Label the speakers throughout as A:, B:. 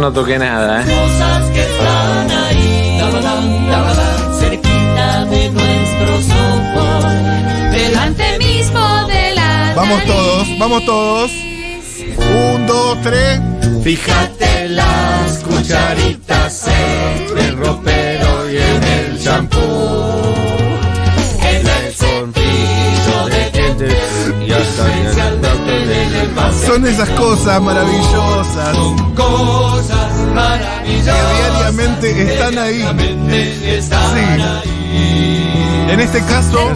A: no toqué nada, ¿eh?
B: Cosas que están ahí, tabalán, tabalán, cerquita de nuestros ojos, delante mismo de la
C: Vamos
B: nariz.
C: todos, vamos todos. Un, dos, tres.
D: Fíjate las cucharitas en el ropero y en el champú. En el cepillo de dientes y hasta en el plato en el vaso.
C: Son esas cosas maravillosas
D: Cosas
C: que
D: maravillosas.
C: diariamente están ahí.
D: Diariamente están
C: Sí. En este caso,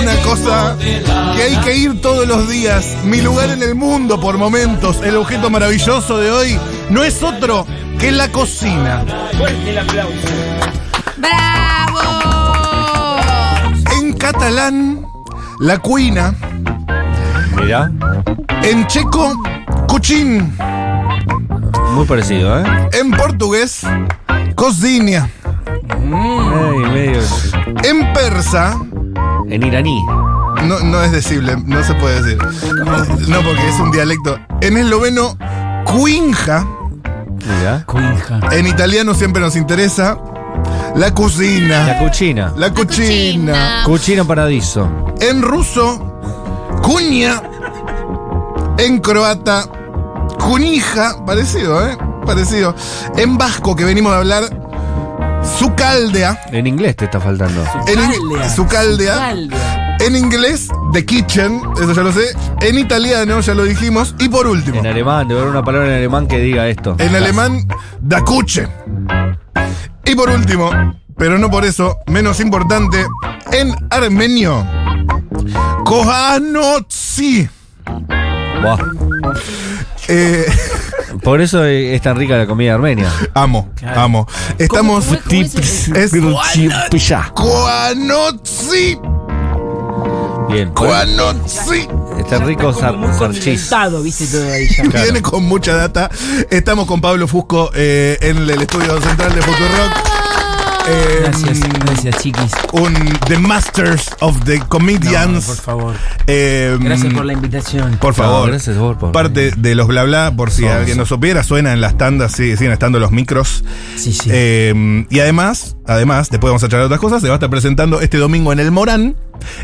C: una cosa que hay que ir todos los días. Mi lugar en el mundo por momentos. El objeto maravilloso de hoy no es otro que la cocina.
B: ¡Bravo!
C: En catalán, la cuina.
E: Mirá,
C: En checo, cuchín.
E: muy parecido, ¿eh?
C: En portugués, cocina.
E: Ay, medio-
C: En persa,
E: En iraní.
C: No, no es decible, no se puede decir. No, porque es un dialecto. En esloveno, cuinja.
E: Mirá.
C: En italiano siempre nos interesa. La
E: La
C: cocina.
E: cuchina.
C: La
B: cucina.
C: cocina.
E: Cuchina paradiso.
C: En ruso, cuña. En croata, cunija. Parecido, ¿eh? Parecido. En vasco, que venimos a hablar, sucaldea.
E: En inglés te está faltando.
C: En in- Sucaldea. En inglés, The Kitchen, eso ya lo sé. En italiano, ya lo dijimos. Y por último,
E: En alemán, debe haber una palabra en alemán que diga esto.
C: en alemán, Da Kuchen. Y por último, pero no por eso, menos importante, en armenio, Kohanotsi.
E: Buah.
C: Eh,
E: Por eso eh, es tan rica la comida armenia.
C: amo, amo.
B: ¿Cómo,
C: Estamos.
B: cómo, cómo es?
C: Es
E: Pilla.
C: Kohanotsi.
E: Bien.
C: Kohanotsi.
E: Está rico zar- sarchís.
F: Estado, viste todo ahí ya.
C: Viene con mucha data. Estamos con Pablo Fusco eh, en el estudio central de Futurock. Eh,
F: Gracias, gracias, chiquis.
C: Un The Masters of the Comedians.
F: No, por favor.
C: Eh, mm,
F: Gracias por la invitación.
C: por
E: No,
C: favor.
E: gracias a vos por-
C: Parte de los bla bla, por si
E: No,
C: alguien
E: sí.
C: no supiera, suena en las tandas, sí, siguen estando los micros.
F: Sí, sí.
C: Eh, y además, además, después vamos a charlar de otras cosas, se va a estar presentando este domingo en el Morán,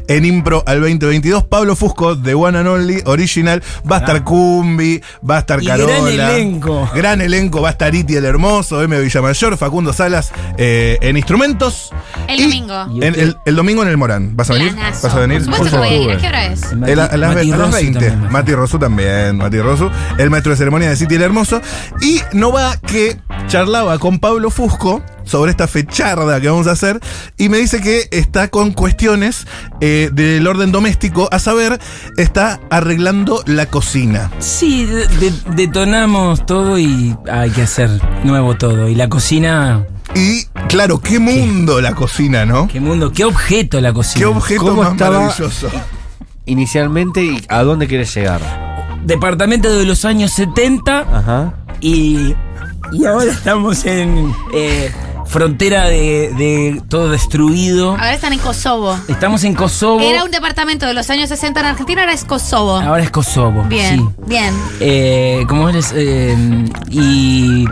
C: en Impro al 2022, Pablo Fusco de One and Only Original, va a estar Cumbi, va a estar
F: Y
C: Carola.
F: gran elenco.
C: Gran elenco, va a estar Iti el Hermoso, M. Villamayor, Facundo Salas eh, en instrumentos.
B: El
C: Y
B: domingo.
C: en- el, el domingo en el Morán. ¿Vas a venir?
B: Planazo.
C: ¿Vas a venir? Mm.
B: Por supuesto que voy
C: Por
B: a ir. ¿A
C: favor.
B: qué hora es?
F: Mati-
C: El- a las
F: Mati
C: ve- a las
F: Rossi
C: 20.
F: también.
C: Mati Rosu también, Mati Rosu, el maestro de ceremonia de City el Hermoso. Y no va que charlaba con Pablo Fusco sobre esta fecharda que vamos a hacer y me dice que está con cuestiones eh, del orden doméstico, a saber, está arreglando la cocina.
F: Sí, de- de- detonamos todo y hay que hacer nuevo todo. Y la cocina,
C: Y claro, qué mundo la cocina, ¿no?
F: qué mundo, qué objeto la cocina.
C: Qué objeto
E: ¿Cómo
C: más
E: estaba?
C: maravilloso.
E: Inicialmente, ¿y ¿a dónde querés llegar?
F: Departamento de los años 70
E: Ajá.
F: y, y ahora estamos en eh, frontera de, de todo destruido.
B: Ahora están en Kosovo.
F: Estamos en Kosovo.
B: Era un departamento de los años 60 en Argentina, ahora es Kosovo.
E: Ah,
F: Ahora es Kosovo.
B: Bien,
F: sí.
B: bien.
F: Eh, ¿Cómo eres? Eh, y.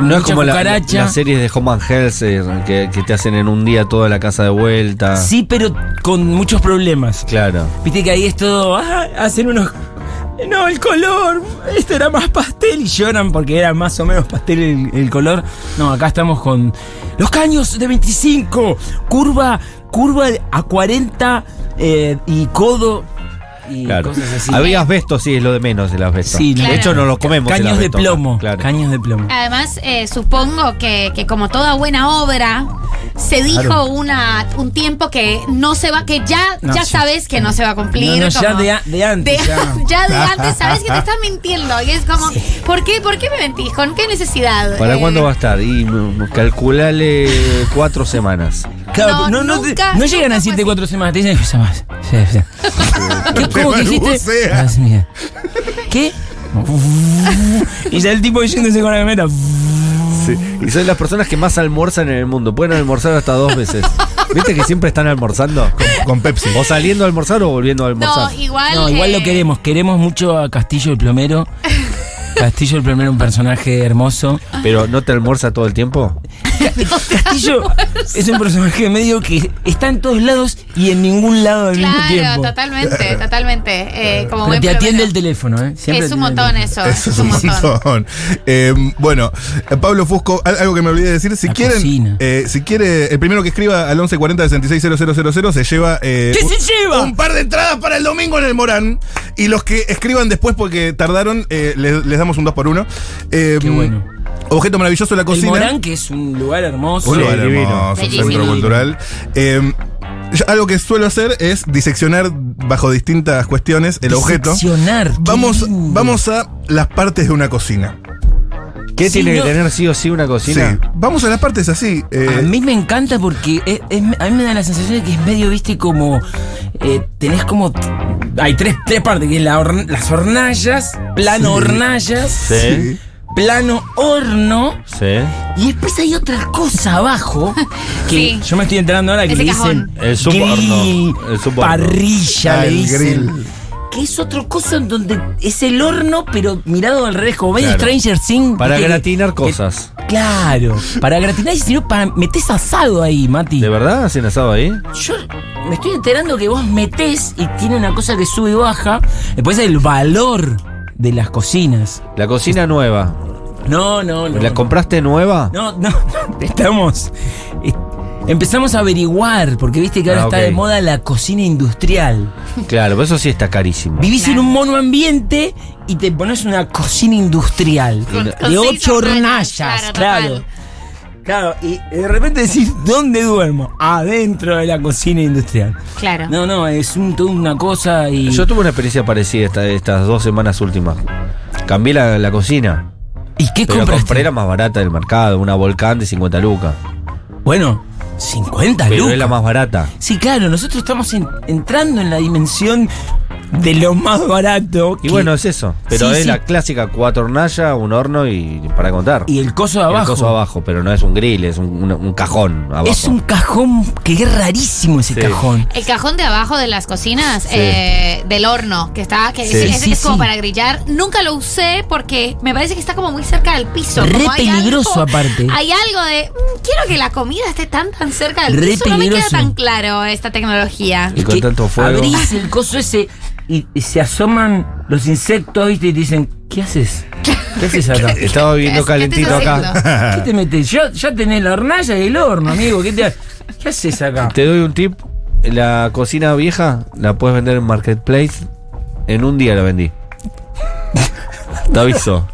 E: No es
F: mucha
E: como la- la- las
F: cucaracha.
E: series de Home and Helser que, que te hacen en un día toda la casa de vuelta.
F: Sí, pero con muchos problemas.
E: Ah. Claro.
F: Viste que ahí es todo. ah, hacen unos. No, el color. Esto era más pastel. Y lloran porque era más o menos pastel el, el color. No, acá estamos con. Los caños de 25. Curva. Curva a 40. eh, y codo. Y
E: Claro.
F: cosas así.
E: Había asbesto, sí, es lo de menos el asbesto.
F: Sí,
B: Claro.
E: De hecho, no lo comemos. el
F: Caños de
E: asbesto acá.
F: plomo.
E: Claro.
F: Caños de plomo.
B: Además, eh, supongo que, que como toda buena obra, se dijo una, un tiempo que no se va, que ya,
F: No,
B: ya
F: sí.
B: sabes que no se va a cumplir.
F: No, no, ya
B: como-
F: de a- de antes, ya.
B: ya de antes, sabes que te están mintiendo. Y es como, ¿por qué? ¿Por qué me mentís? ¿Con qué necesidad?
E: ¿Para
B: Eh,
E: cuándo va a estar? Y mm, calculale cuatro semanas.
B: No,
F: Claro, no, no, te-
B: nunca,
F: no llegan
B: nunca
F: a decirte
B: fue
F: cuatro semanas, te dicen "Ya más. ya, ya". ¿Qué, ¿Cómo que dijiste?
C: balbucea.
F: Ah, sí, mira. ¿Qué? y ya el tipo yéndose con la meta.
E: Y son las personas que más almuerzan en el mundo. Pueden almorzar hasta dos veces. ¿Viste que siempre están almorzando?
C: Con Pepsi.
E: O saliendo a almorzar o volviendo a
A: No,
E: almorzar.
A: igual.
F: No, igual
A: eh,
F: lo queremos. Queremos mucho a Castillo el Plomero. Castillo el Plomero, un personaje hermoso.
E: Pero no te almuerza todo el tiempo.
F: Castillo es un personaje medio que está en todos lados y en ningún lado al mismo
A: Claro,
F: tiempo.
A: totalmente, totalmente. Eh, como
F: Pero
A: buen
F: te atiende el
A: plomero.
F: teléfono, ¿eh? Siempre atiende
A: Es un
F: el
A: montón
F: teléfono.
C: Eso
A: eso.
C: es un montón. Eh, bueno, eh, Pablo Fusco, al- algo que me olvidé de decir, si
F: La
C: quieren,
F: cocina.
C: eh, si quiere, el primero que escriba al 1140-660000 se lleva... eh,
F: ¿Qué
C: un-
F: se lleva?
C: Un par de entradas para el domingo en el Morán. Y los que escriban después porque tardaron, eh, les, les damos un 2 por 1
F: Qué bueno.
C: Objeto maravilloso de la
F: El
C: cocina.
F: Morán, que es un lugar hermoso.
C: Un lugar
E: divino.
C: hermoso, un
A: Bellísimo.
C: centro
F: Divino.
C: cultural. Eh, yo- algo que suelo hacer es diseccionar bajo distintas cuestiones el objeto.
F: Diseccionar, qué
C: Vamos,
F: lindo.
C: vamos a las partes de una cocina.
E: ¿Qué
F: Sí,
E: tiene
F: no.
E: que tener sí o sí una
C: Sí.
E: cocina?
C: Vamos a las partes así. eh,
F: A mí me encanta porque es- es- a mí me da la sensación de que es medio, viste, como. eh, tenés como. Hay tres, tres partes, que es la horn- las hornallas, plano hornallas, ¿eh?
E: Sí.
F: plano horno,
E: Sí.
F: y después hay otra cosa abajo que
A: Sí.
F: yo me estoy enterando ahora que
A: Ese
F: le dicen.
A: cajón.
E: El suborno.
F: grill,
E: El suborno.
F: parrilla,
C: Ah,
F: le
C: el
F: dicen.
C: grill.
F: Que es otra cosa en donde es el horno, pero mirado al revés, como medio
E: Claro.
F: Stranger Things.
E: Para
F: que-
E: gratinar
F: que-
E: cosas.
F: Claro, para gratinar y si no, para metés asado ahí, Mati.
E: ¿De verdad hacen asado ahí?
F: Yo me estoy enterando que vos metés y tiene una cosa que sube y baja. Después el valor de las cocinas.
E: La cocina nueva.
F: No, no, no.
E: ¿La compraste nueva?
F: no, no, estamos. eh, Empezamos a averiguar, porque viste que ahora
E: Ah,
F: está
E: ok.
F: de moda la cocina industrial.
E: Claro, pero eso sí está carísimo.
F: Vivís en un monoambiente y te pones una cocina industrial.
A: Con- con
F: de
A: seis
F: ocho
A: hornallas,
F: hornallas,
A: claro,
F: claro.
A: total.
F: Claro, y de repente decís, ¿dónde duermo? Adentro de la cocina industrial.
A: Claro.
F: No, no, es un, toda una cosa y.
E: Yo tuve una experiencia parecida esta- estas dos semanas últimas. Cambié la, la cocina.
F: ¿Y qué
E: Pero
F: compraste?
E: compré la más barata del mercado, una volcán de 50 lucas.
F: Bueno, 50
E: Pero
F: lucas.
E: es la más barata.
F: Sí, claro, nosotros estamos en- entrando en la dimensión de lo más barato.
E: Y
F: que-
E: bueno, es eso. Pero
F: Sí,
E: es
F: sí.
E: la clásica cuatro hornallas, un horno y para contar.
F: Y el coso de
E: Y el
F: abajo.
E: coso abajo, pero no es un grill, es un, un- un cajón abajo.
F: Es un cajón que es rarísimo ese
E: Sí.
F: cajón.
A: El cajón de abajo de las cocinas,
E: Sí.
A: eh, del horno, que está, que
E: Sí.
A: ese- ese
F: Sí,
A: que es como
F: sí.
A: para grillar. Nunca lo usé porque me parece que está como muy cerca del piso.
F: Re
A: como hay
F: peligroso
A: algo-
F: aparte.
A: Hay algo de. "Mm, quiero que la comida esté tan tan cerca del
F: Re
A: piso. No me queda
F: peligroso.
A: tan claro esta tecnología.
E: Y con
F: Que
E: tanto fuego.
F: Abrís el coso ese y, y se asoman los insectos ¿viste? y te dicen, ¿qué haces? ¿Qué haces acá?
E: Estaba viviendo
A: ¿Qué haces? ¿Qué
E: calentito
A: estás
E: acá.
A: haciendo?
F: ¿Qué te metes? Ya, ya tenés la hornalla y el horno, amigo. ¿Qué, te, ha- ¿qué haces acá?
E: Te doy un tip. La cocina vieja la puedes vender en Marketplace. En un día la vendí. Te aviso.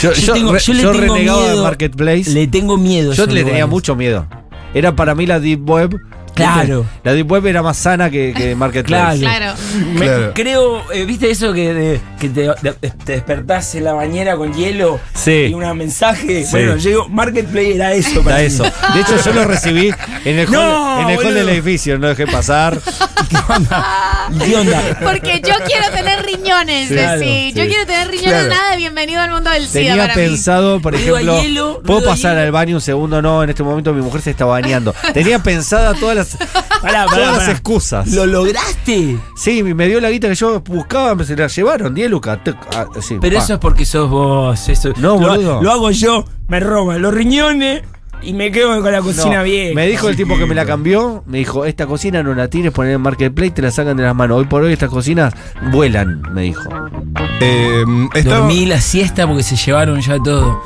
E: Yo, yo, re- yo renegaba de Marketplace.
F: Le tengo miedo. a
E: yo
F: esos
E: le tenía
F: lugares.
E: mucho miedo. Era para mí la Deep Web.
F: Claro.
E: La Deep Web era más sana que, que Marketplace.
A: Claro.
F: Me-
C: Claro.
F: Creo, eh, ¿viste eso que, de- que te, de- te despertás en la bañera con hielo
E: Sí.
F: y un mensaje?
E: Sí.
F: Bueno, llego, Marketplace era eso para
E: Da
F: mí.
E: eso. De hecho, yo lo recibí en el hall,
F: No,
E: en el hall
F: boludo.
E: del edificio, no dejé pasar.
F: ¿Y ¿Qué onda?
A: Porque yo quiero tener riñones,
E: Sí,
A: decí.
E: claro, sí.
A: Yo quiero tener riñones,
C: Claro.
A: nada de bienvenido al mundo del SIDA
E: Tenía
A: para
E: pensado, por
F: Ruido a
E: ejemplo,
F: hielo,
E: ¿puedo
F: ruido a
E: pasar
F: hielo.
E: al baño un segundo? No, en este momento mi mujer se está bañando. Tenía pensada todas las,
F: Pará, pará,
E: todas las
F: pará.
E: excusas.
F: ¿Lo lograste?
E: Sí, me me dio la guita que yo buscaba, me se la llevaron, 10 lucas. tuc, ah, sí,
F: Pero
E: pa.
F: eso es porque sos vos. Eso.
E: No,
F: lo,
E: boludo.
F: Lo hago yo, me roban los riñones y me quedo con la
E: No,
F: cocina vieja.
E: Me dijo el tipo que me la cambió, me dijo, esta cocina no la tienes, poner en Marketplace, te la sacan de las manos. Hoy por hoy estas cocinas vuelan, me dijo.
C: eh, estaba-
F: Dormí la siesta porque se llevaron ya todo.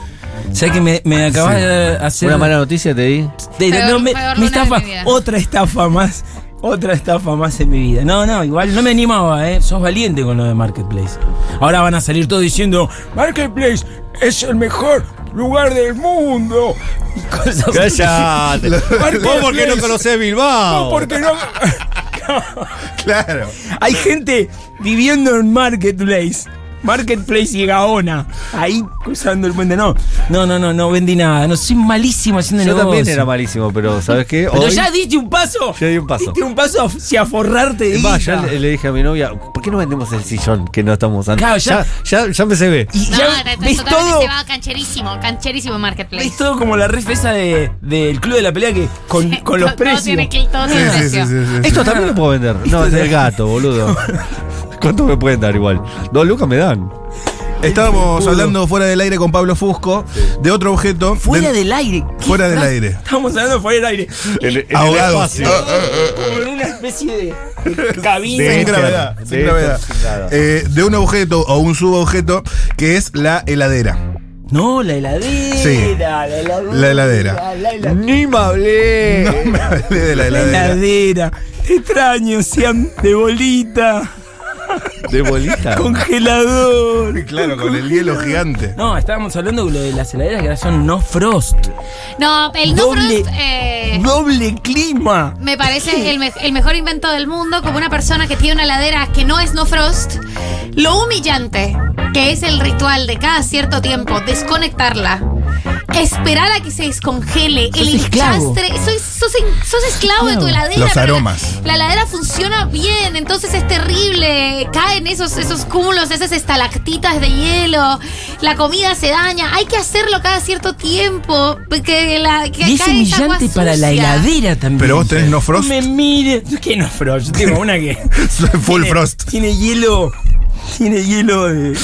F: ¿Sabes que me, me acabas de hacer.
E: Una mala noticia te di.
F: de-
A: Peor-
F: no, me, me
A: peor luna de
F: estafa.
A: mi vida.
F: Otra estafa más. Otra estafa más en mi vida. No, no, igual no me animaba, ¿eh? Sos valiente con lo de Marketplace. Ahora van a salir todos diciendo: Marketplace es el mejor lugar del mundo. Y cosas así.
E: ¡Cállate! ¿Vos por qué no conocés Bilbao?
F: No, porque no.
C: Claro.
F: Hay gente viviendo en Marketplace. Marketplace y Gaona. Ahí cruzando el puente. No, no, no, no, no vendí nada. No, soy malísimo haciendo
E: Yo
F: negocios.
E: también era malísimo, pero ¿sabes qué?
F: Pero
E: Hoy-
F: ya diste un paso.
E: Yo di un paso.
F: Diste un paso hacia forrarte de
E: Es más,
F: guita.
E: ya le, le dije a mi novia, ¿por qué no vendemos el sillón que no estamos usando?
F: Claro, ya-
E: ya, ya, ya me se ve.
F: Y ya
A: No, te- te-
F: ves
A: totalmente
F: todo,
A: se va cancherísimo, cancherísimo Marketplace.
F: ves todo como la ref esa de- del club de la pelea que con, con los
A: Todo- todo
F: precios.
A: tiene que- todo tiene
C: Sí, sí, sí,
A: precio.
C: sí, sí, sí.
E: Esto también lo puedo vender. No, es del gato, boludo. ¿Cuánto me pueden dar igual? Dos lucas me dan.
C: Estábamos
F: Pudo.
C: hablando fuera del aire con Pablo Fusco de otro objeto.
F: Fuera
C: Den-
F: del aire. ¿Qué
C: Fuera del
F: frase?
C: aire. Ah,
F: Estamos hablando fuera del aire.
C: Ahogados.
E: Ah.
F: Como en una especie de- de cabina.
C: Sin gravedad,
E: de
C: sin
E: esto,
C: gravedad.
E: sin nada.
C: Eh, de un objeto o un subobjeto que es la heladera.
F: No, la heladera.
C: Sí.
F: La heladera.
C: La heladera.
F: La heladera.
E: Ni me
C: No
E: hablé.
C: me hablé de la
F: La
C: heladera.
F: heladera. Extraño, sean de bolita.
E: De bolita.
F: Congelador.
C: Claro, con el hielo gigante.
F: No, estábamos hablando de lo de las heladeras que ahora son no frost.
A: No, el no
F: Doble-
A: frost, eh,
F: Doble clima.
A: me parece el, me- el mejor invento del mundo como una persona que tiene una ladera que no es no frost. Lo humillante que es el ritual de cada cierto tiempo desconectarla. Esperar a que se descongele el
F: Sos esclavo.
A: hinchastre. Soy- sos, in- sos esclavo de tu heladera.
C: Los
A: pero la-
C: aromas.
A: La, heladera funciona bien, entonces es terrible. Caen esos, esos cúmulos, esas estalactitas de hielo. La comida se daña. Hay que hacerlo cada cierto tiempo. Que la, que
F: Y es
A: cae esa agua
F: humillante para la
A: sucia.
F: heladera también.
C: Pero vos tenés no frost.
F: No me mire. ¿Qué no frost? Yo tengo una que.
C: Full
F: tiene-
C: frost.
F: Tiene hielo. Tiene hielo de.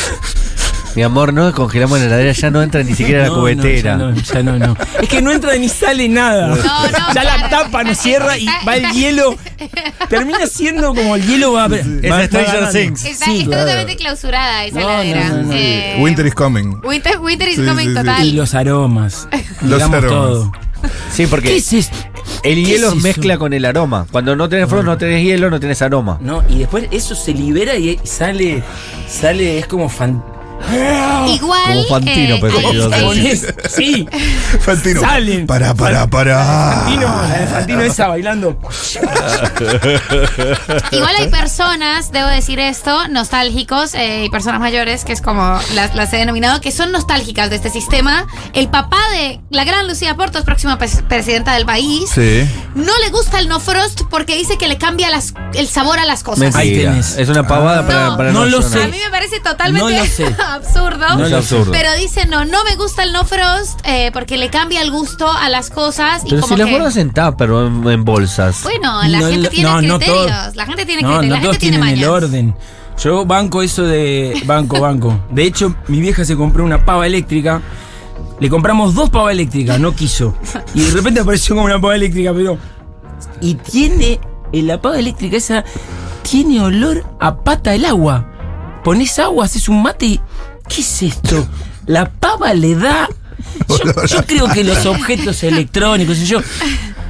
E: Mi amor, no congelamos la heladera, ya no entra ni siquiera la
F: No,
E: cubetera.
F: No, ya no, ya no, no. Es que no entra ni sale nada.
A: No, no,
F: ya la
A: claro.
F: tapa no cierra y
A: Está-
F: va el
A: está-
F: hielo. Termina siendo como el hielo va.
E: Es Stranger Things.
A: Está,
F: Sí,
A: está
F: claro.
A: totalmente clausurada esa
F: No, no,
A: heladera.
F: no, no.
A: Eh,
C: Winter is coming.
A: Winter, winter is
C: Sí,
A: coming
C: sí, sí.
A: total.
F: Y los aromas.
C: Los
F: Digamos
C: aromas.
F: todo.
E: Sí, porque
F: ¿Qué es esto?
E: el
F: ¿Qué
E: hielo
F: es eso?
E: mezcla con el aroma. Cuando no tenés frost, no tenés hielo, no tenés aroma.
F: No, y después eso se libera y sale. Sale, es como fan.
A: Igual.
E: Como Fantino,
A: eh,
E: pero
A: hay-
E: yo
A: hay-
E: sé.
F: Japonés, Sí.
C: Fantino.
F: Salen.
C: Para, para, para.
F: Fantino, la de Fantino esa bailando.
A: igual hay personas, debo decir esto, nostálgicos eh, y personas mayores, que es como las, las he denominado, que son nostálgicas de este sistema. El papá de la gran Lucía Portos, próxima pres- presidenta del país,
C: Sí.
A: no le gusta el no frost porque dice que le cambia las- el sabor a las cosas.
F: Ahí
E: Mentira.
F: tenés.
E: Es una pavada
A: Ah.
E: para, para
F: No lo
E: nosotros.
A: A
F: sé.
A: mí me parece totalmente
F: No lo sé.
A: absurdo.
E: No es absurdo.
A: Pero dice, no, no me gusta el no frost eh, porque le cambia el gusto a las cosas. y
E: Pero
A: como
E: si las
A: que-
E: guardas en tupper o en, en bolsas.
A: Bueno, la
F: No,
A: gente
F: la-
A: tiene
F: no, no
A: criterios.
F: todos.
A: la gente tiene
F: No,
A: criterios.
F: no
A: La gente
F: todos
A: tiene
F: tienen el
A: mañas.
F: orden. Yo banco eso de. Banco, banco. De hecho, mi vieja se compró una pava eléctrica. Le compramos dos pavas eléctricas, no quiso. Y de repente apareció como una pava eléctrica, pero. Y tiene. en La pava eléctrica esa. Tiene olor a pata el agua. Pones agua, haces un mate y. ¿Qué es esto? La pava le da. Yo, yo creo que los objetos electrónicos, y yo.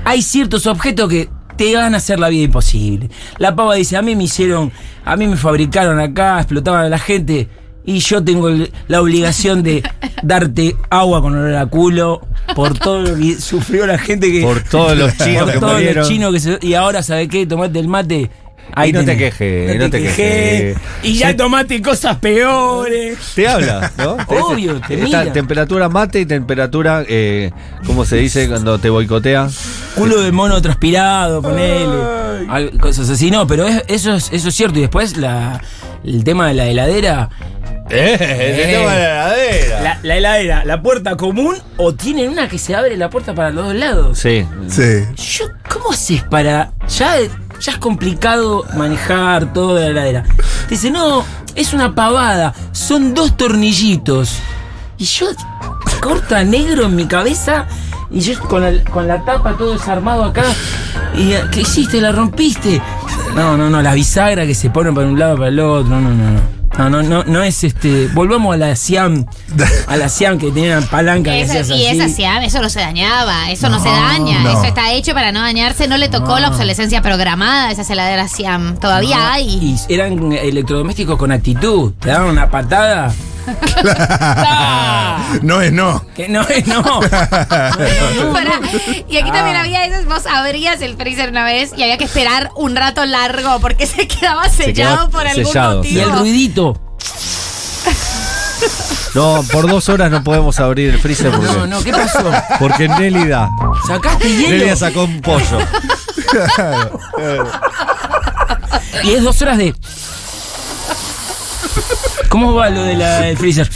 F: Hay ciertos objetos que te van a hacer la vida imposible. La pava dice, a mí me hicieron, a mí me fabricaron acá, explotaban a la gente y yo tengo el- la obligación de darte agua con olor a culo por todo lo que sufrió la gente que
E: Por todos los chinos
F: Eh, por
E: que
F: todos
E: murieron.
F: los chinos que se- y ahora sabe qué, tomate el mate. Ahí
E: Y no te
F: tenés.
E: quejes, no te
F: quejes.
E: quejes.
F: Y ya tomaste cosas peores.
E: Te habla, ¿no? Te dice-
F: Obvio, te mira.
E: Está temperatura mate y temperatura, eh, ¿cómo se dice cuando te boicotea?
F: Culo de mono transpirado, ponele. Al- Cosas así, no, pero es- eso, es, eso es cierto. Y después la, el tema de la heladera. el tema Eh, de
E: Eh.
F: la
E: heladera.
F: La, la heladera, la puerta común o tienen una que se abre la puerta para los dos lados.
E: Sí.
C: Sí.
F: Yo, ¿Cómo haces para.? Ya, ya es complicado manejar todo de la heladera. Te dice, no, es una pavada, son dos tornillitos. Y yo corta negro en mi cabeza y yo con, el- con la tapa todo desarmado acá. Y, eh, ¿Qué hiciste? ¿La rompiste? No, no, no, la bisagra que se ponen para un lado para el otro, no, no, no. no. No, no, no, no es este. Volvamos a la Siam. A la Siam que tenían palanca que
A: Esa-
F: hacías
A: y esa
F: así.
A: sí, ah, eso no se dañaba, eso no, se daña,
C: no.
A: eso está hecho para no dañarse, no le tocó la obsolescencia programada, esas heladeras Siam, todavía hay.
F: Y eran electrodomésticos con actitud. Te daban una patada. ¡Ah!
C: No es no.
F: que no, eh, no.
A: Pará, Y aquí también había esas, vos abrías el freezer una vez y había que esperar un rato largo porque se quedaba
E: quedaba
A: sellado por algún
E: sellado,
A: motivo.
F: Y el ruidito.
E: No, por dos horas no podemos abrir el freezer porque,
F: No, no, ¿qué pasó?
E: porque Nelly da.
F: Sacaste hielo.
E: Nelly sacó un pollo.
F: Y es dos horas de. ¿Cómo va lo del freezer?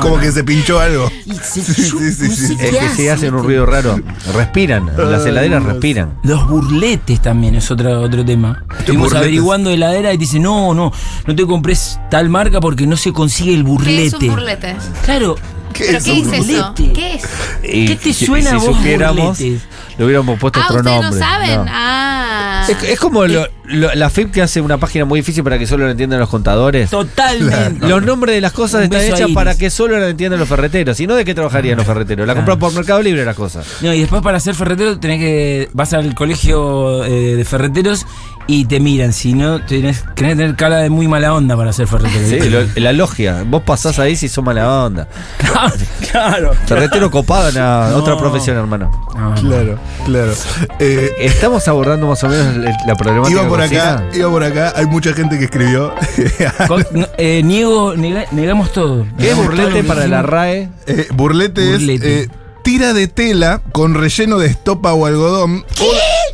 C: Como que se pinchó algo.
F: y se-
C: sí, sí,
F: no
C: sí.
F: sé
C: Es
F: qué
E: Es que sí hacen un ruido raro. Respiran, las heladeras respiran.
F: Los burletes también es otro, otro tema. Estuvimos
C: burletes?
F: averiguando heladera y te dice, no, no, no te compres tal marca porque no se consigue el burlete.
A: ¿Qué es un burlete?
F: Claro.
A: ¿Pero qué es
F: un
A: eso?
F: burlete?
A: ¿Qué es?
E: Y
F: ¿Qué te
E: si-
F: suena
E: si
F: a vos,
E: supiéramos,
F: burletes?
E: le hubiéramos puesto
A: Ah,
E: otro
A: ustedes
E: nombre.
A: no saben.
E: No.
A: Ah.
E: Es, es como lo- lo- la FIP que hace una página muy difícil para que solo la entiendan los contadores.
F: Totalmente.
E: Los nombres de las
F: Un
E: cosas están
F: beso a
E: hechas
F: Iris.
E: para que solo la entiendan los ferreteros. Si no, ¿de qué trabajarían los ferreteros? La
F: Ah.
E: compran por Mercado Libre las cosas.
F: No, y después para ser ferretero tenés que. vas al colegio eh, de ferreteros y te miran. Si no, tenés, tenés que tener cara de muy mala onda para ser ferretero.
E: Sí, lo- la logia. Vos pasás ahí si sos mala onda.
F: claro, claro.
E: Ferretero copado en la
F: No.
E: otra profesión, hermano.
F: No, no.
C: Claro, claro. Eh,
E: Estamos abordando más o menos el- la problemática.
C: iba por acá,
E: cocina.
C: iba por acá. Hay mucha gente que escribió.
F: Con- no, eh, niego, nega- negamos todo.
E: ¿Qué es
F: Negamos todo lo
E: burlete
F: que
E: para la
F: dijimos.
E: RAE?
C: Eh, burlete es
F: Burlete.
C: eh, tira de tela con relleno de estopa o algodón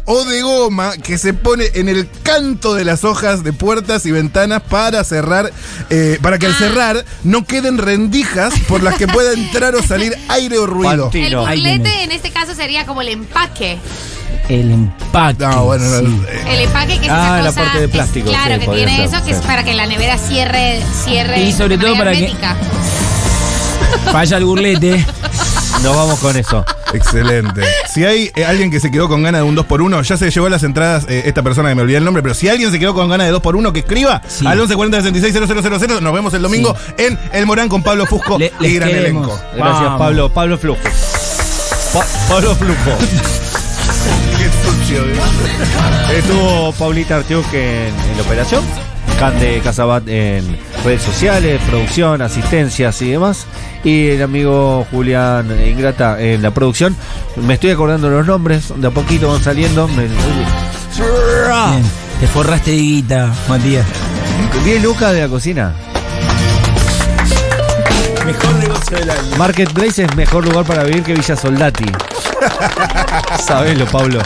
C: o, o de goma que se pone en el canto de las hojas de puertas y ventanas para cerrar, eh, para que al cerrar no queden rendijas por las que pueda entrar o salir aire o ruido.
E: Panti-
A: El
E: Tino.
F: Ahí
A: burlete
F: tenés.
A: en este caso sería como el empaque.
F: El empaque.
C: No, bueno, no,
F: sí.
C: eh,
A: El empaque que es
E: Ah,
A: esa
E: la
A: cosa,
E: parte de
A: es-
E: plástico,
A: claro,
E: sí,
A: que
E: podría
A: tiene
E: ser,
A: eso que
E: sí.
A: es para que la nevera cierre, cierre.
F: Y
A: de
F: sobre todo
A: manera
F: para que-
A: hermética.
F: Falla el burlete.
E: Nos vamos con eso.
C: Excelente. Si hay eh, alguien que se quedó con ganas de un 2x1, ya se llevó las entradas eh, esta persona que me olvidé el nombre, pero si alguien se quedó con ganas de 2x1, que escriba
F: Sí.
C: al 1140660000. Nos vemos el domingo en El Morán con Pablo Fusco
F: Le-
C: y
F: les
C: gran
F: queremos.
C: elenco.
E: Gracias,
F: Vamos.
E: Pablo. Pablo Flujo. Pa- Pablo Flujo.
C: Qué sucio, ¿eh?
E: Estuvo Paulita Artiuk en, en la operación, Cande Casabat en redes sociales, producción, asistencias y demás. Y el amigo Julián Ingrata en la producción. Me estoy acordando los nombres, de a poquito van saliendo. Me- Ah.
F: Bien, Te forraste de guita, Matías.
E: 10 lucas de la cocina.
F: Mejor negocio del año.
E: Marketplace es mejor lugar para vivir que Villa Soldati. Sabelo, Pablo.